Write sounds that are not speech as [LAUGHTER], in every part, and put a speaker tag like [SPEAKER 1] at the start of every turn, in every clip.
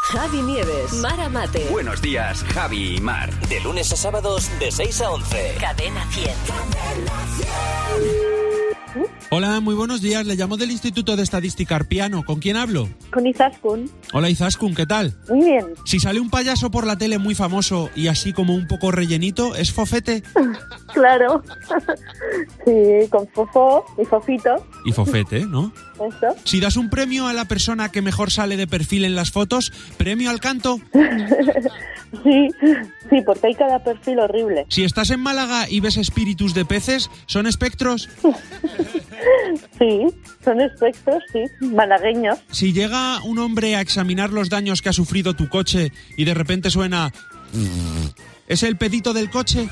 [SPEAKER 1] Javi Nieves, Mara Mate,
[SPEAKER 2] Buenos días, Javi y Mar.
[SPEAKER 3] De lunes a sábados de 6 a 11.
[SPEAKER 1] Cadena 100.
[SPEAKER 4] Hola, muy buenos días. Le llamo del Instituto de Estadística Arpiano. ¿Con quién hablo?
[SPEAKER 5] Con Izaskun.
[SPEAKER 4] Hola Izaskun, ¿qué tal?
[SPEAKER 5] Muy bien.
[SPEAKER 4] Si sale un payaso por la tele muy famoso y así como un poco rellenito, ¿es fofete?
[SPEAKER 5] Claro. [LAUGHS] sí, con Fofó y Fofito.
[SPEAKER 4] Y fofete, ¿no?
[SPEAKER 5] Eso.
[SPEAKER 4] Si das un premio a la persona que mejor sale de perfil en las fotos, ¿premio al canto?
[SPEAKER 5] Sí, sí, porque hay cada perfil horrible.
[SPEAKER 4] Si estás en Málaga y ves espíritus de peces, ¿son espectros?
[SPEAKER 5] Sí, son espectros, sí, malagueños. [LAUGHS]
[SPEAKER 4] Si llega un hombre a examinar los daños que ha sufrido tu coche y de repente suena... "Mm, ¿Es el pedito del coche?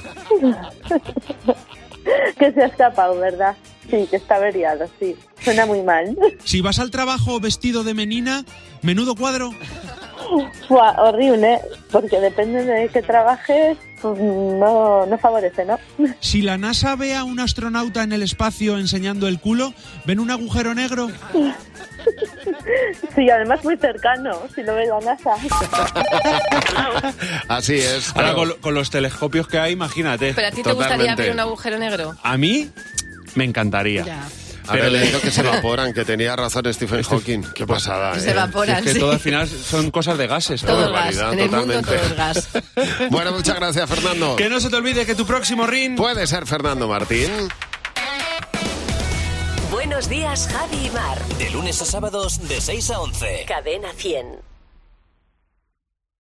[SPEAKER 5] Que se ha escapado, ¿verdad? Sí, que está averiado, sí. Suena muy mal. [LAUGHS]
[SPEAKER 4] Si vas al trabajo vestido de menina, menudo cuadro.
[SPEAKER 5] Fua, horrible, porque depende de que trabajes, pues no, no favorece, ¿no? [LAUGHS]
[SPEAKER 4] Si la NASA ve a un astronauta en el espacio enseñando el culo, ven un agujero negro.
[SPEAKER 5] Sí, además muy cercano, si lo ve la NASA. [LAUGHS]
[SPEAKER 6] Así es.
[SPEAKER 4] Ahora
[SPEAKER 6] claro.
[SPEAKER 4] con, lo- con los telescopios que hay, imagínate.
[SPEAKER 7] ¿Pero a ti te
[SPEAKER 6] Totalmente.
[SPEAKER 7] gustaría ver un agujero negro?
[SPEAKER 4] A mí me encantaría.
[SPEAKER 7] Ya.
[SPEAKER 6] Ahora
[SPEAKER 4] Pero
[SPEAKER 6] le
[SPEAKER 4] le-
[SPEAKER 6] digo que se evaporan, que tenía razón Stephen Hawking. Qué pasada,
[SPEAKER 7] que
[SPEAKER 6] ¿eh?
[SPEAKER 7] se evaporan.
[SPEAKER 4] Es que
[SPEAKER 7] Sí.
[SPEAKER 4] todo al final son cosas de gases. ¿no?
[SPEAKER 7] Todo el gas.
[SPEAKER 6] barbaridad,
[SPEAKER 7] En el mundo
[SPEAKER 6] totalmente.
[SPEAKER 7] todo el gas.
[SPEAKER 6] Bueno, muchas gracias, Fernando.
[SPEAKER 4] Que no se te olvide que tu próximo ring...
[SPEAKER 6] Puede ser Fernando Martín.
[SPEAKER 1] Buenos días, Javi y Mar.
[SPEAKER 3] De lunes a sábados de 6 a 11.
[SPEAKER 1] Cadena 100.